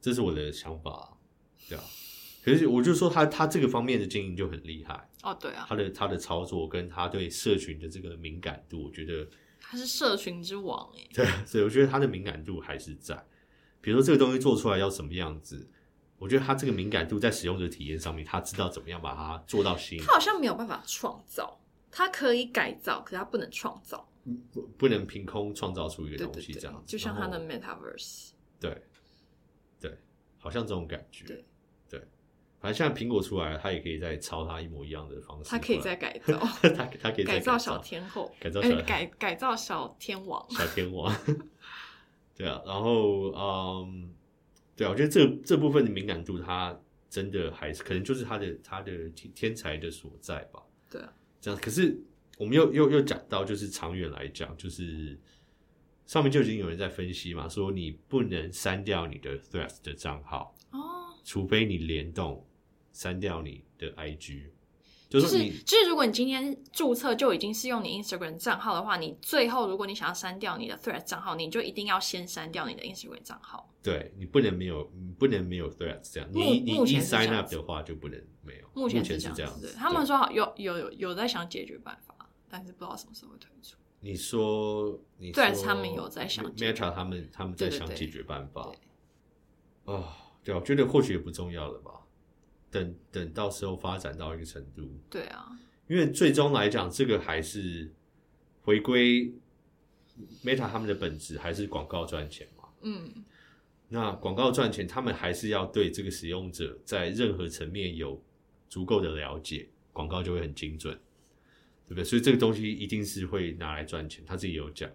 Speaker 1: 这是我的想法啊，对啊。可是我就说他他这个方面的经营就很厉害，
Speaker 2: 哦对啊，
Speaker 1: 他的他的操作跟他对社群的这个敏感度，我觉得
Speaker 2: 他是社群之王哎，
Speaker 1: 对，所以我觉得他的敏感度还是在。比如说这个东西做出来要什么样子，我觉得他这个敏感度在使用者体验上面，他知道怎么样把它做到吸引
Speaker 2: 他，好像没有办法创造，他可以改造，可是他不能创造，
Speaker 1: 不不能凭空创造出一个
Speaker 2: 对
Speaker 1: 东
Speaker 2: 对
Speaker 1: 西这
Speaker 2: 对
Speaker 1: 样子，，
Speaker 2: 就像
Speaker 1: 然
Speaker 2: 他
Speaker 1: 后
Speaker 2: 的 Metaverse，
Speaker 1: 对，对，好像这种感觉。
Speaker 2: 对
Speaker 1: 对反正现在苹果出来了，他也可以再抄他一模一样的方式过
Speaker 2: 他
Speaker 1: 来。
Speaker 2: 可以再改 造，
Speaker 1: 他他可以再
Speaker 2: 改造小天后，
Speaker 1: 改造
Speaker 2: 哎
Speaker 1: 小
Speaker 2: 改改造小天王，
Speaker 1: 小天王，对啊，然后嗯，对啊，我觉得这这部分的敏感度，它真的还是可能就是他的他的天天才的所在吧。
Speaker 2: 对啊，
Speaker 1: 这样，可是我们又又又讲到，就是长远来讲，就是上面就已经有人在分析嘛，说你不能删掉你的 Threads 的账号，
Speaker 2: 哦，
Speaker 1: 除非你联动删掉你的 IG，就
Speaker 2: 就是
Speaker 1: 说
Speaker 2: 是
Speaker 1: 你
Speaker 2: 就是，如果你今天注册就已经是用你 Instagram 账号的话，你最后如果你想要删掉你的 Threads 账号，你就一定要先删掉你的 Instagram 账号。
Speaker 1: 对你不能没有，你不能没有 threats 这样。你一你
Speaker 2: 目
Speaker 1: 一
Speaker 2: 前是
Speaker 1: sign
Speaker 2: 这样
Speaker 1: up
Speaker 2: 子
Speaker 1: 的话就不能没有。
Speaker 2: 目
Speaker 1: 前
Speaker 2: 前
Speaker 1: 是
Speaker 2: 是这
Speaker 1: 这
Speaker 2: 样
Speaker 1: 子
Speaker 2: 子，。他们说好有有有有在想解决办法，但是不知道什么时候会推出。
Speaker 1: 对你说你
Speaker 2: 对
Speaker 1: 说
Speaker 2: 他们有在想解决
Speaker 1: Meta 他们他们在
Speaker 2: 对对
Speaker 1: 想
Speaker 2: 对
Speaker 1: 解决办法。
Speaker 2: 对
Speaker 1: 啊，对，我觉得或许也不重要了吧。等等到时候发展到一个程度，
Speaker 2: 对啊，
Speaker 1: 因为最终来讲，这个还是回归 Meta 他们的本质，还是广告赚钱嘛。
Speaker 2: 嗯，
Speaker 1: 那广告赚钱，他们还是要对这个使用者在任何层面有足够的了解，广告就会很精准，对不对？所以这个东西一定是会拿来赚钱，他自己有讲，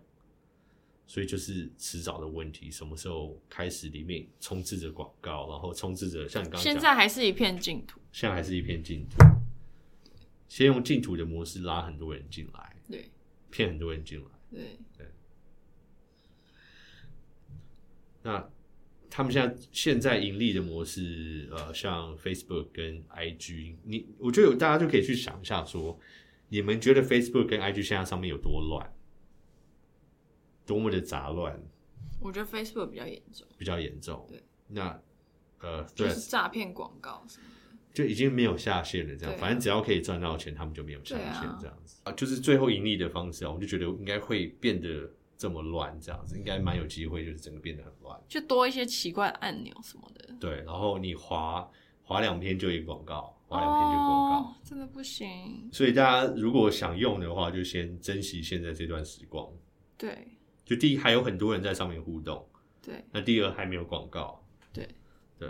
Speaker 1: 所以就是迟早的问题，什么时候开始里面充斥着广告，然后充斥着像你刚刚
Speaker 2: 现
Speaker 1: 讲，
Speaker 2: 在还是一片净土。
Speaker 1: 现在还是一片净土，先用净土的模式拉很多人进来，
Speaker 2: 对
Speaker 1: 骗很多人进来。
Speaker 2: 对，
Speaker 1: 那他们现在现在盈利的模式，呃，像 Facebook 跟 IG，你我觉得大家就可以去想一下说你们觉得 Facebook 跟 IG 现在上面有多乱，多么的杂乱，
Speaker 2: 我觉得 Facebook 比较严重，
Speaker 1: 比较严重。
Speaker 2: 对，
Speaker 1: 那呃，
Speaker 2: 就
Speaker 1: 对
Speaker 2: 是，诈骗广告什么的。
Speaker 1: 就已经没有下限了，这样，
Speaker 2: 对啊
Speaker 1: 反正只要可以赚到钱，他们就没有下
Speaker 2: 对
Speaker 1: 限
Speaker 2: 啊
Speaker 1: 这样子啊，就是最后盈利的方式啊，我就觉得应该会变得这么乱，这样子应该蛮有机会，就是整个变得很乱。
Speaker 2: 就多一些奇怪的按钮什么的。
Speaker 1: 对，然后你滑滑两篇就有一个广告，滑两篇就有广告。
Speaker 2: 哦，真的不行。
Speaker 1: 所以大家如果想用的话，就先珍惜现在这段时光。
Speaker 2: 对
Speaker 1: 就第一，还有很多人在上面互动；
Speaker 2: 对
Speaker 1: 那第二，还没有广告。
Speaker 2: 对
Speaker 1: 对，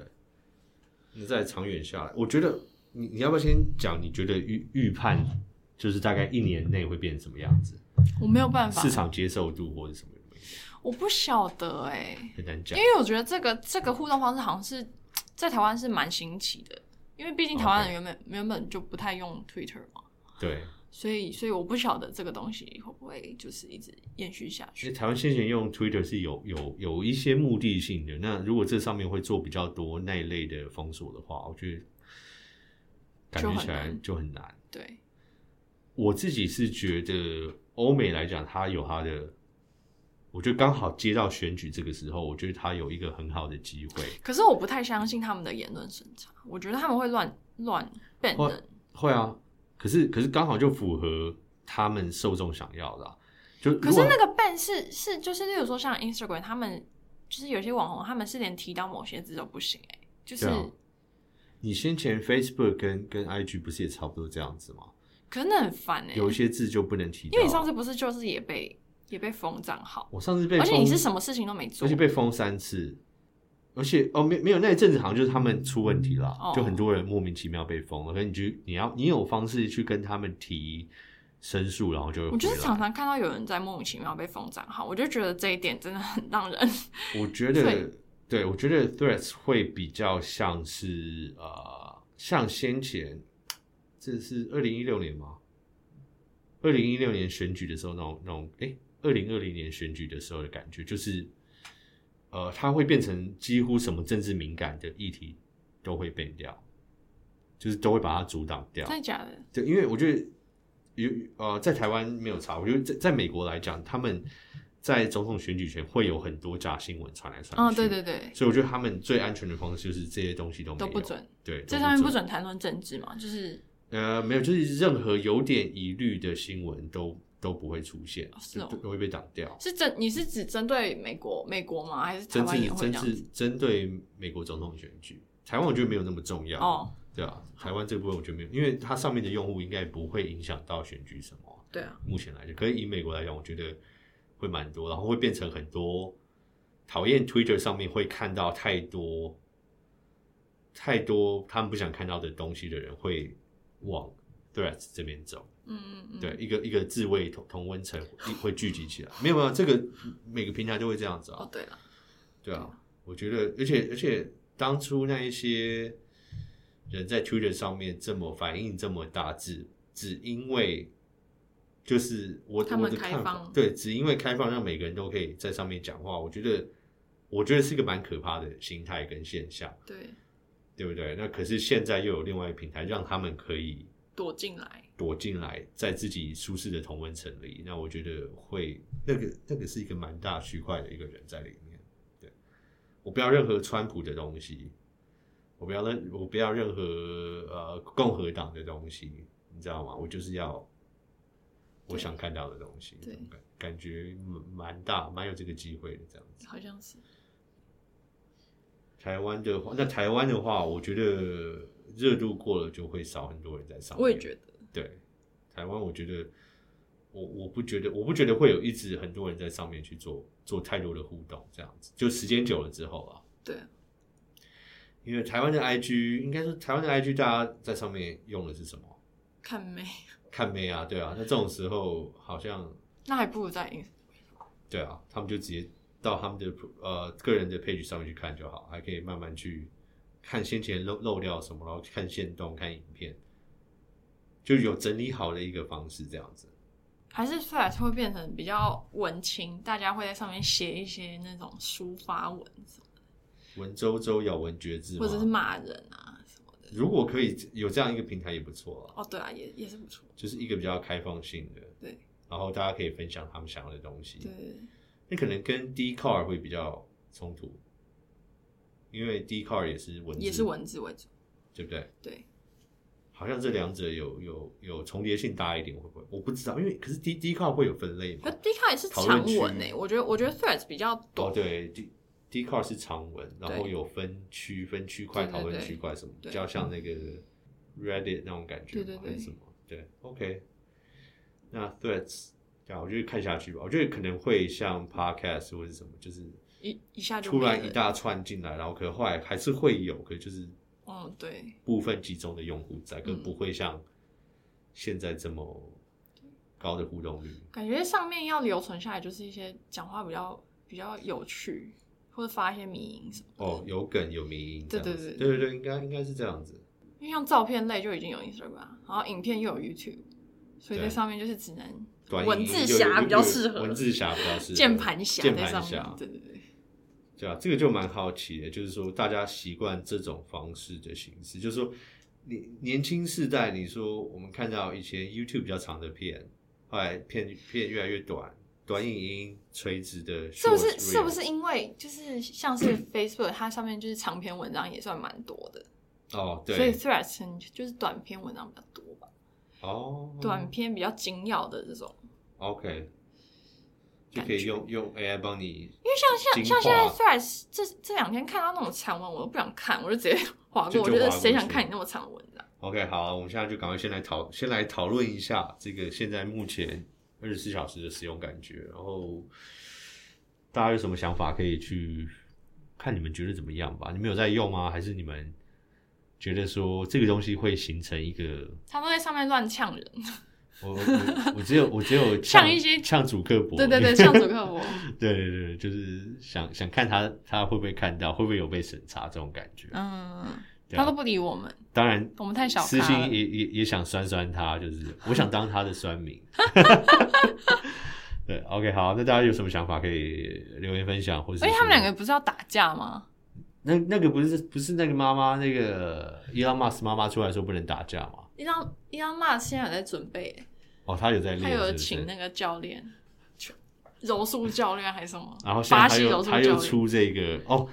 Speaker 1: 那在长远下来，我觉得你你要不要先讲？你觉得预预判就是大概一年内会变成什么样子？
Speaker 2: 我没有办法
Speaker 1: 市，场接受度或者什么有没有
Speaker 2: 我不晓得哎、
Speaker 1: 很难
Speaker 2: 因
Speaker 1: 讲。
Speaker 2: 为我觉得这个这个互动方式好像是在台湾是蛮新奇的，因为毕竟台
Speaker 1: 哦
Speaker 2: 湾人原本原本就不太用 Twitter 嘛，
Speaker 1: 对，
Speaker 2: 所以所以我不晓得这个东西会不会就是一直延续下
Speaker 1: 因为
Speaker 2: 去。
Speaker 1: 台湾先前用 Twitter 是有有有一些目的性的，那如果这上面会做比较多那一类的封锁的话，我觉得感
Speaker 2: 就
Speaker 1: 觉
Speaker 2: 很
Speaker 1: 起来
Speaker 2: 难
Speaker 1: 就很难。
Speaker 2: 对
Speaker 1: 我自己是觉得欧美来讲，它有它的，我觉得刚好接到选举这个时候，我觉得它有一个很好的机会。
Speaker 2: 可是我不太相信他们的言论审查，我觉得他们会乱乱变
Speaker 1: 会
Speaker 2: 人。
Speaker 1: 会啊，可是可是刚好就符合他们受众想要的啊、就如
Speaker 2: 可是
Speaker 1: 果
Speaker 2: 那个 ban 是是就是，例如说像 Instagram，他们就是有些网红，他们是连提到某些字都不行、欸，就是、
Speaker 1: 对啊你先前 Facebook 跟跟 IG 不是也差不多这样子吗？
Speaker 2: 可是那很烦哎、欸，
Speaker 1: 有一些字就不能提到啊。
Speaker 2: 因为你上次不是就是也被也被封账号，
Speaker 1: 我上次被
Speaker 2: 而且
Speaker 1: 封
Speaker 2: 你是什么事情都没做
Speaker 1: 而且，被封三次，而且哦没没有那一阵子好像就是他们出问题了，
Speaker 2: 哦
Speaker 1: 就很多人莫名其妙被封了，所以你就你要你有方式去跟他们提申诉，然后就会
Speaker 2: 我就是
Speaker 1: 回来
Speaker 2: 常常看到有人在莫名其妙被封账号，我就觉得这一点真的很让人
Speaker 1: 我觉
Speaker 2: 对
Speaker 1: 得对我觉得 Threads 会比较像是呃像先前这是二零一六年吗？二零一六年选举的时候那种那种哎，二零二零年选举的时候的感觉就是。呃，它会变成几乎什么政治敏感的议题都会变掉，就是都会把它阻挡掉。
Speaker 2: 真的假的？
Speaker 1: 对，因为我觉得有呃，在台湾没有查，我觉得在在美国来讲，他们在总统选举前会有很多假新闻传来传
Speaker 2: 嗯，
Speaker 1: 去。
Speaker 2: 对。对对，
Speaker 1: 所以我觉得他们最安全的方式就是这些东西都没
Speaker 2: 都
Speaker 1: 有
Speaker 2: 不，准，
Speaker 1: 对，
Speaker 2: 这
Speaker 1: 都
Speaker 2: 上面不
Speaker 1: 准。
Speaker 2: 准谈论政治嘛，就是
Speaker 1: 呃，没有，就是任何有点疑虑的新闻都都不会出现，
Speaker 2: 是哦
Speaker 1: 都都会被挡掉。
Speaker 2: 是针你是只针对美国美国吗？还是台
Speaker 1: 针
Speaker 2: 湾
Speaker 1: 是
Speaker 2: 也会
Speaker 1: 针
Speaker 2: 这样
Speaker 1: 是
Speaker 2: 子？
Speaker 1: 针对美国总统选举，台湾我觉得没有那么重要。
Speaker 2: 哦，
Speaker 1: 对啊，台湾这部分我觉得没有，因为它上面的用户应该不会影响到选举什么。
Speaker 2: 对啊，
Speaker 1: 目前来讲，可是以美国来讲，我觉得会蛮多，然后会变成很多讨厌 Twitter 上面会看到太多太多他们不想看到的东西的人会往 Threads 这边走。
Speaker 2: 嗯嗯嗯，
Speaker 1: 对，一个一个自卫同同温层会会聚集起来，没有没有，这个每个平台都会这样子啊。
Speaker 2: 哦对了，
Speaker 1: 对啊，我觉得，而且而且当初那一些人在 Twitter 上面这么反应这么大，只只因为就是我
Speaker 2: 他们
Speaker 1: 我的
Speaker 2: 开
Speaker 1: 看法
Speaker 2: 放，
Speaker 1: 对，只因为开放让每个人都可以在上面讲话，我觉得我觉得是一个蛮可怕的心态跟现象，
Speaker 2: 对，
Speaker 1: 对不对？那可是现在又有另外一个平台让他们可以
Speaker 2: 躲进来。
Speaker 1: 躲进来，在自己舒适的同温层里，那我觉得会那个那个是一个蛮大区块的一个人在里面。对，我不要任何川普的东西，我不要任我不要任何呃共和党的东西，你知道吗？我就是要我
Speaker 2: 对
Speaker 1: 想看到的东西，
Speaker 2: 对
Speaker 1: 感感觉蛮蛮大，蛮有这个机会的这样子。
Speaker 2: 好像是
Speaker 1: 台湾的话，那台湾的话，我觉得热度过了就会少很多人在上面。
Speaker 2: 我也觉得，
Speaker 1: 对，台湾我觉得，我我不觉得，我不觉得会有一直很多人在上面去做做太多的互动，这样子，就时间久了之后啊，
Speaker 2: 对，
Speaker 1: 因为台湾的 IG 应该说台湾的 IG 大家在上面用的是什么？
Speaker 2: 看妹，
Speaker 1: 看妹啊，对啊，那这种时候好像
Speaker 2: 那还不如在 ins
Speaker 1: 对啊，他们就直接到他们的呃个人的 page 上面去看就好，还可以慢慢去看先前漏漏掉什么，然后看线动、看影片，就有整理好的一个方式这样子。
Speaker 2: 还是 Threads 会变成比较文青，大家会在上面写一些那种抒发文什么
Speaker 1: 文绉绉、咬文嚼字
Speaker 2: 的，
Speaker 1: 嘛，
Speaker 2: 或者是骂人啊什么的。
Speaker 1: 如果可以有这样一个平台也不错啊，
Speaker 2: 哦，对啊，也也是不错。
Speaker 1: 就是一个比较开放性的，
Speaker 2: 对，
Speaker 1: 然后大家可以分享他们想要的东西。
Speaker 2: 对，
Speaker 1: 那可能跟 D car 会比较冲突，因为 D car 也是文字，
Speaker 2: 也是，文字为主。
Speaker 1: 对不对？
Speaker 2: 对，
Speaker 1: 好像这两者有有有重叠性大一点，会不会？我不知道，因为可是 D D car 会有分类
Speaker 2: 可
Speaker 1: 嘛？
Speaker 2: D 卡也是
Speaker 1: 讨
Speaker 2: 长
Speaker 1: 论区
Speaker 2: 文诶、我觉得我觉得 Threads 比较
Speaker 1: 哦，
Speaker 2: 短。
Speaker 1: 对，D D car 是长文，然后
Speaker 2: 对
Speaker 1: 有分区、分区块、
Speaker 2: 对对
Speaker 1: 讨论
Speaker 2: 对
Speaker 1: 区块什么，比
Speaker 2: 对
Speaker 1: 较像那个 Reddit 那种感觉
Speaker 2: 对
Speaker 1: 嘛，
Speaker 2: 对对
Speaker 1: 还是什么？对，OK。那 Threads，这样我就看下去吧。我觉得可能会像 Podcast 或者什么，就是
Speaker 2: 一一下就
Speaker 1: 突然
Speaker 2: 没
Speaker 1: 一
Speaker 2: 了，
Speaker 1: 大串进来，然后可能后来还是会有，可就是
Speaker 2: 嗯，对，
Speaker 1: 部分集中的用户在，更
Speaker 2: 嗯
Speaker 1: 不会像现在这么高的互动率。
Speaker 2: 感觉上面要留存下来，就是一些讲话比较比较有趣，或者发一些迷音什么的。
Speaker 1: 哦，，有梗有迷因这
Speaker 2: 对
Speaker 1: 样子，
Speaker 2: 对
Speaker 1: 对
Speaker 2: 对
Speaker 1: 对对，应该应该是这样子。
Speaker 2: 因为像照片类就已经有 Instagram，然后影片又有 YouTube，所以
Speaker 1: 对
Speaker 2: 在上面就是只能
Speaker 1: 短影音
Speaker 2: 文字
Speaker 1: 就有
Speaker 2: 侠比较
Speaker 1: 有
Speaker 2: 适合
Speaker 1: 文字侠比较适合，
Speaker 2: 键盘侠
Speaker 1: 键
Speaker 2: 在
Speaker 1: 盘
Speaker 2: 上面
Speaker 1: 侠。，
Speaker 2: 对对对，
Speaker 1: 对啊，这个就蛮好奇的，就是说大家习惯这种方式的形式，就是说年年轻世代，你说我们看到以前 YouTube 比较长的片，后来片片越来越短，短影音垂直的 shorts
Speaker 2: 是不
Speaker 1: reels，
Speaker 2: 是是不是因为就是像是 Facebook，它上面就是长篇文章也算蛮多的，
Speaker 1: 哦，
Speaker 2: 所以
Speaker 1: 对，
Speaker 2: Threads 就是短篇文章比较多吧，
Speaker 1: 哦，
Speaker 2: 短篇比较精要的这种。
Speaker 1: OK，就
Speaker 2: 感
Speaker 1: 可以
Speaker 2: 觉
Speaker 1: 用用 AI 帮你
Speaker 2: 因为像像
Speaker 1: 精
Speaker 2: 像现在
Speaker 1: 华
Speaker 2: Threads 这这两天看到那种长文，我都不想看，我就直接划
Speaker 1: 就
Speaker 2: 过。我
Speaker 1: 就
Speaker 2: 觉得
Speaker 1: 划
Speaker 2: 谁
Speaker 1: 过
Speaker 2: 想
Speaker 1: 去
Speaker 2: 看你那么长的文章？
Speaker 1: OK，好啊， 我们现在就赶快先来讨，先来讨论一下这个现在目前二十四小时的使用感觉，然后大家有什么想法可以去看你们觉得怎么样吧？你们有在用吗？还是你们觉得说这个东西会形成一个？
Speaker 2: 他都在上面乱呛人，
Speaker 1: 我我我只有我只有
Speaker 2: 像一些
Speaker 1: 像主客博，
Speaker 2: 对对 对，呛主客博。
Speaker 1: 对对对，就是想想看他他会不会看到，会不会有被审查这种感觉。
Speaker 2: 嗯，
Speaker 1: 对啊
Speaker 2: 他都不理我们，
Speaker 1: 当然，
Speaker 2: 我们太小
Speaker 1: 私
Speaker 2: 咖
Speaker 1: 心
Speaker 2: 了。
Speaker 1: 也也也想酸酸他，就是我想当他的酸 民。对，OK，好，那大家有什么想法可以留言分享，或者
Speaker 2: 而且他们两个不是要打架吗？
Speaker 1: 那那个不是不是那个妈妈那个伊拉马斯妈妈出来说不能打架嘛？
Speaker 2: 伊朗伊朗骂现在有在准备，
Speaker 1: 哦，他有在
Speaker 2: 他
Speaker 1: 练，是
Speaker 2: 有
Speaker 1: 不是
Speaker 2: 请那个教练，柔术教练还是什么？
Speaker 1: 然后现在
Speaker 2: 巴
Speaker 1: 他
Speaker 2: 西柔
Speaker 1: 又
Speaker 2: 术
Speaker 1: 他
Speaker 2: 教
Speaker 1: 又
Speaker 2: 练。
Speaker 1: 出这个哦，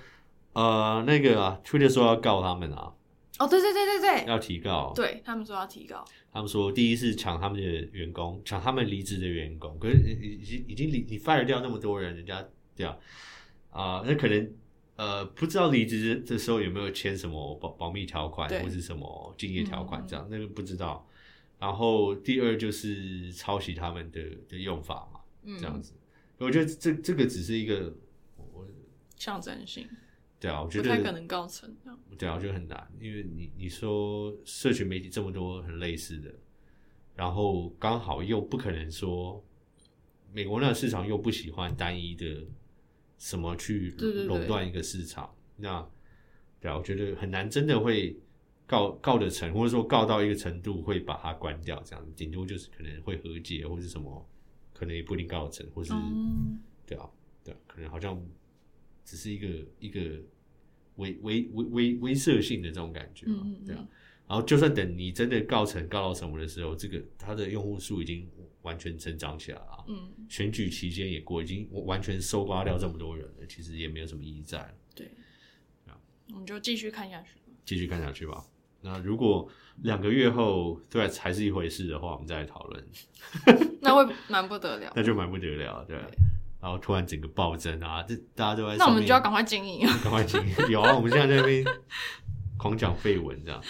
Speaker 1: 呃，那个啊，Twitter 说要告他们啊，
Speaker 2: 哦，对对对对对，
Speaker 1: 要提告，
Speaker 2: 对他们说要提高，
Speaker 1: 他们说第一是抢他们的员工，抢他们离职的员工，可是已已经已经离你 fire 掉那么多人，人家对啊，啊、那可能呃不知道离职的时候有没有签什么保保密条款
Speaker 2: 对
Speaker 1: 或是什么竞业条款
Speaker 2: 嗯
Speaker 1: 这样，那个不知道。然后第二就是抄袭他们的的用法嘛，
Speaker 2: 嗯，
Speaker 1: 这样子，我觉得这这个只是一个，我
Speaker 2: 象征性，
Speaker 1: 对啊，我觉
Speaker 2: 不
Speaker 1: 得
Speaker 2: 太可能告成这样。
Speaker 1: 对啊，我觉得很难，因为你你说社群媒体这么多很类似的，然后刚好又不可能说美国那个市场又不喜欢单一的什么去
Speaker 2: 对对对
Speaker 1: 垄断一个市场，那对啊，我觉得很难真的会告告得成，或者说告到一个程度会把它关掉，这样顶多就是可能会和解或是什么，可能也不一定告得成，或是、
Speaker 2: 嗯。
Speaker 1: 对啊，对啊，可能好像只是一个一个威威威威威慑性的这种感觉嘛，
Speaker 2: 嗯嗯
Speaker 1: 对啊。然后就算等你真的告成告到什么的时候，这个它的用户数已经完全成长起来了啊。
Speaker 2: 嗯，
Speaker 1: 选举期间也过，已经完全收刮掉这么多人
Speaker 2: 嗯
Speaker 1: 了，其实也没有什么意义在了。
Speaker 2: 对
Speaker 1: 啊，
Speaker 2: 我们就继续看下去吧。
Speaker 1: 继续看下去吧。那如果两个月后 Threads 还是一回事的话，我们再来讨论，
Speaker 2: 那会蛮不得了，
Speaker 1: 那就蛮不得了，对啊。然后突然整个暴增啊，这大家都在
Speaker 2: 那
Speaker 1: 上面。
Speaker 2: 我们就要赶快经营。
Speaker 1: 赶快进有啊，我们现在在那边狂讲绯闻这样。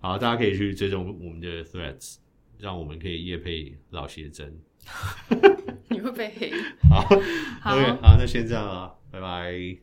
Speaker 1: 好，大家可以去追踪我们的 Threads，让我们可以夜配老邪真。
Speaker 2: 你会被黑。
Speaker 1: 好
Speaker 2: 好。
Speaker 1: 啊，OK，好，那先这样了，拜拜。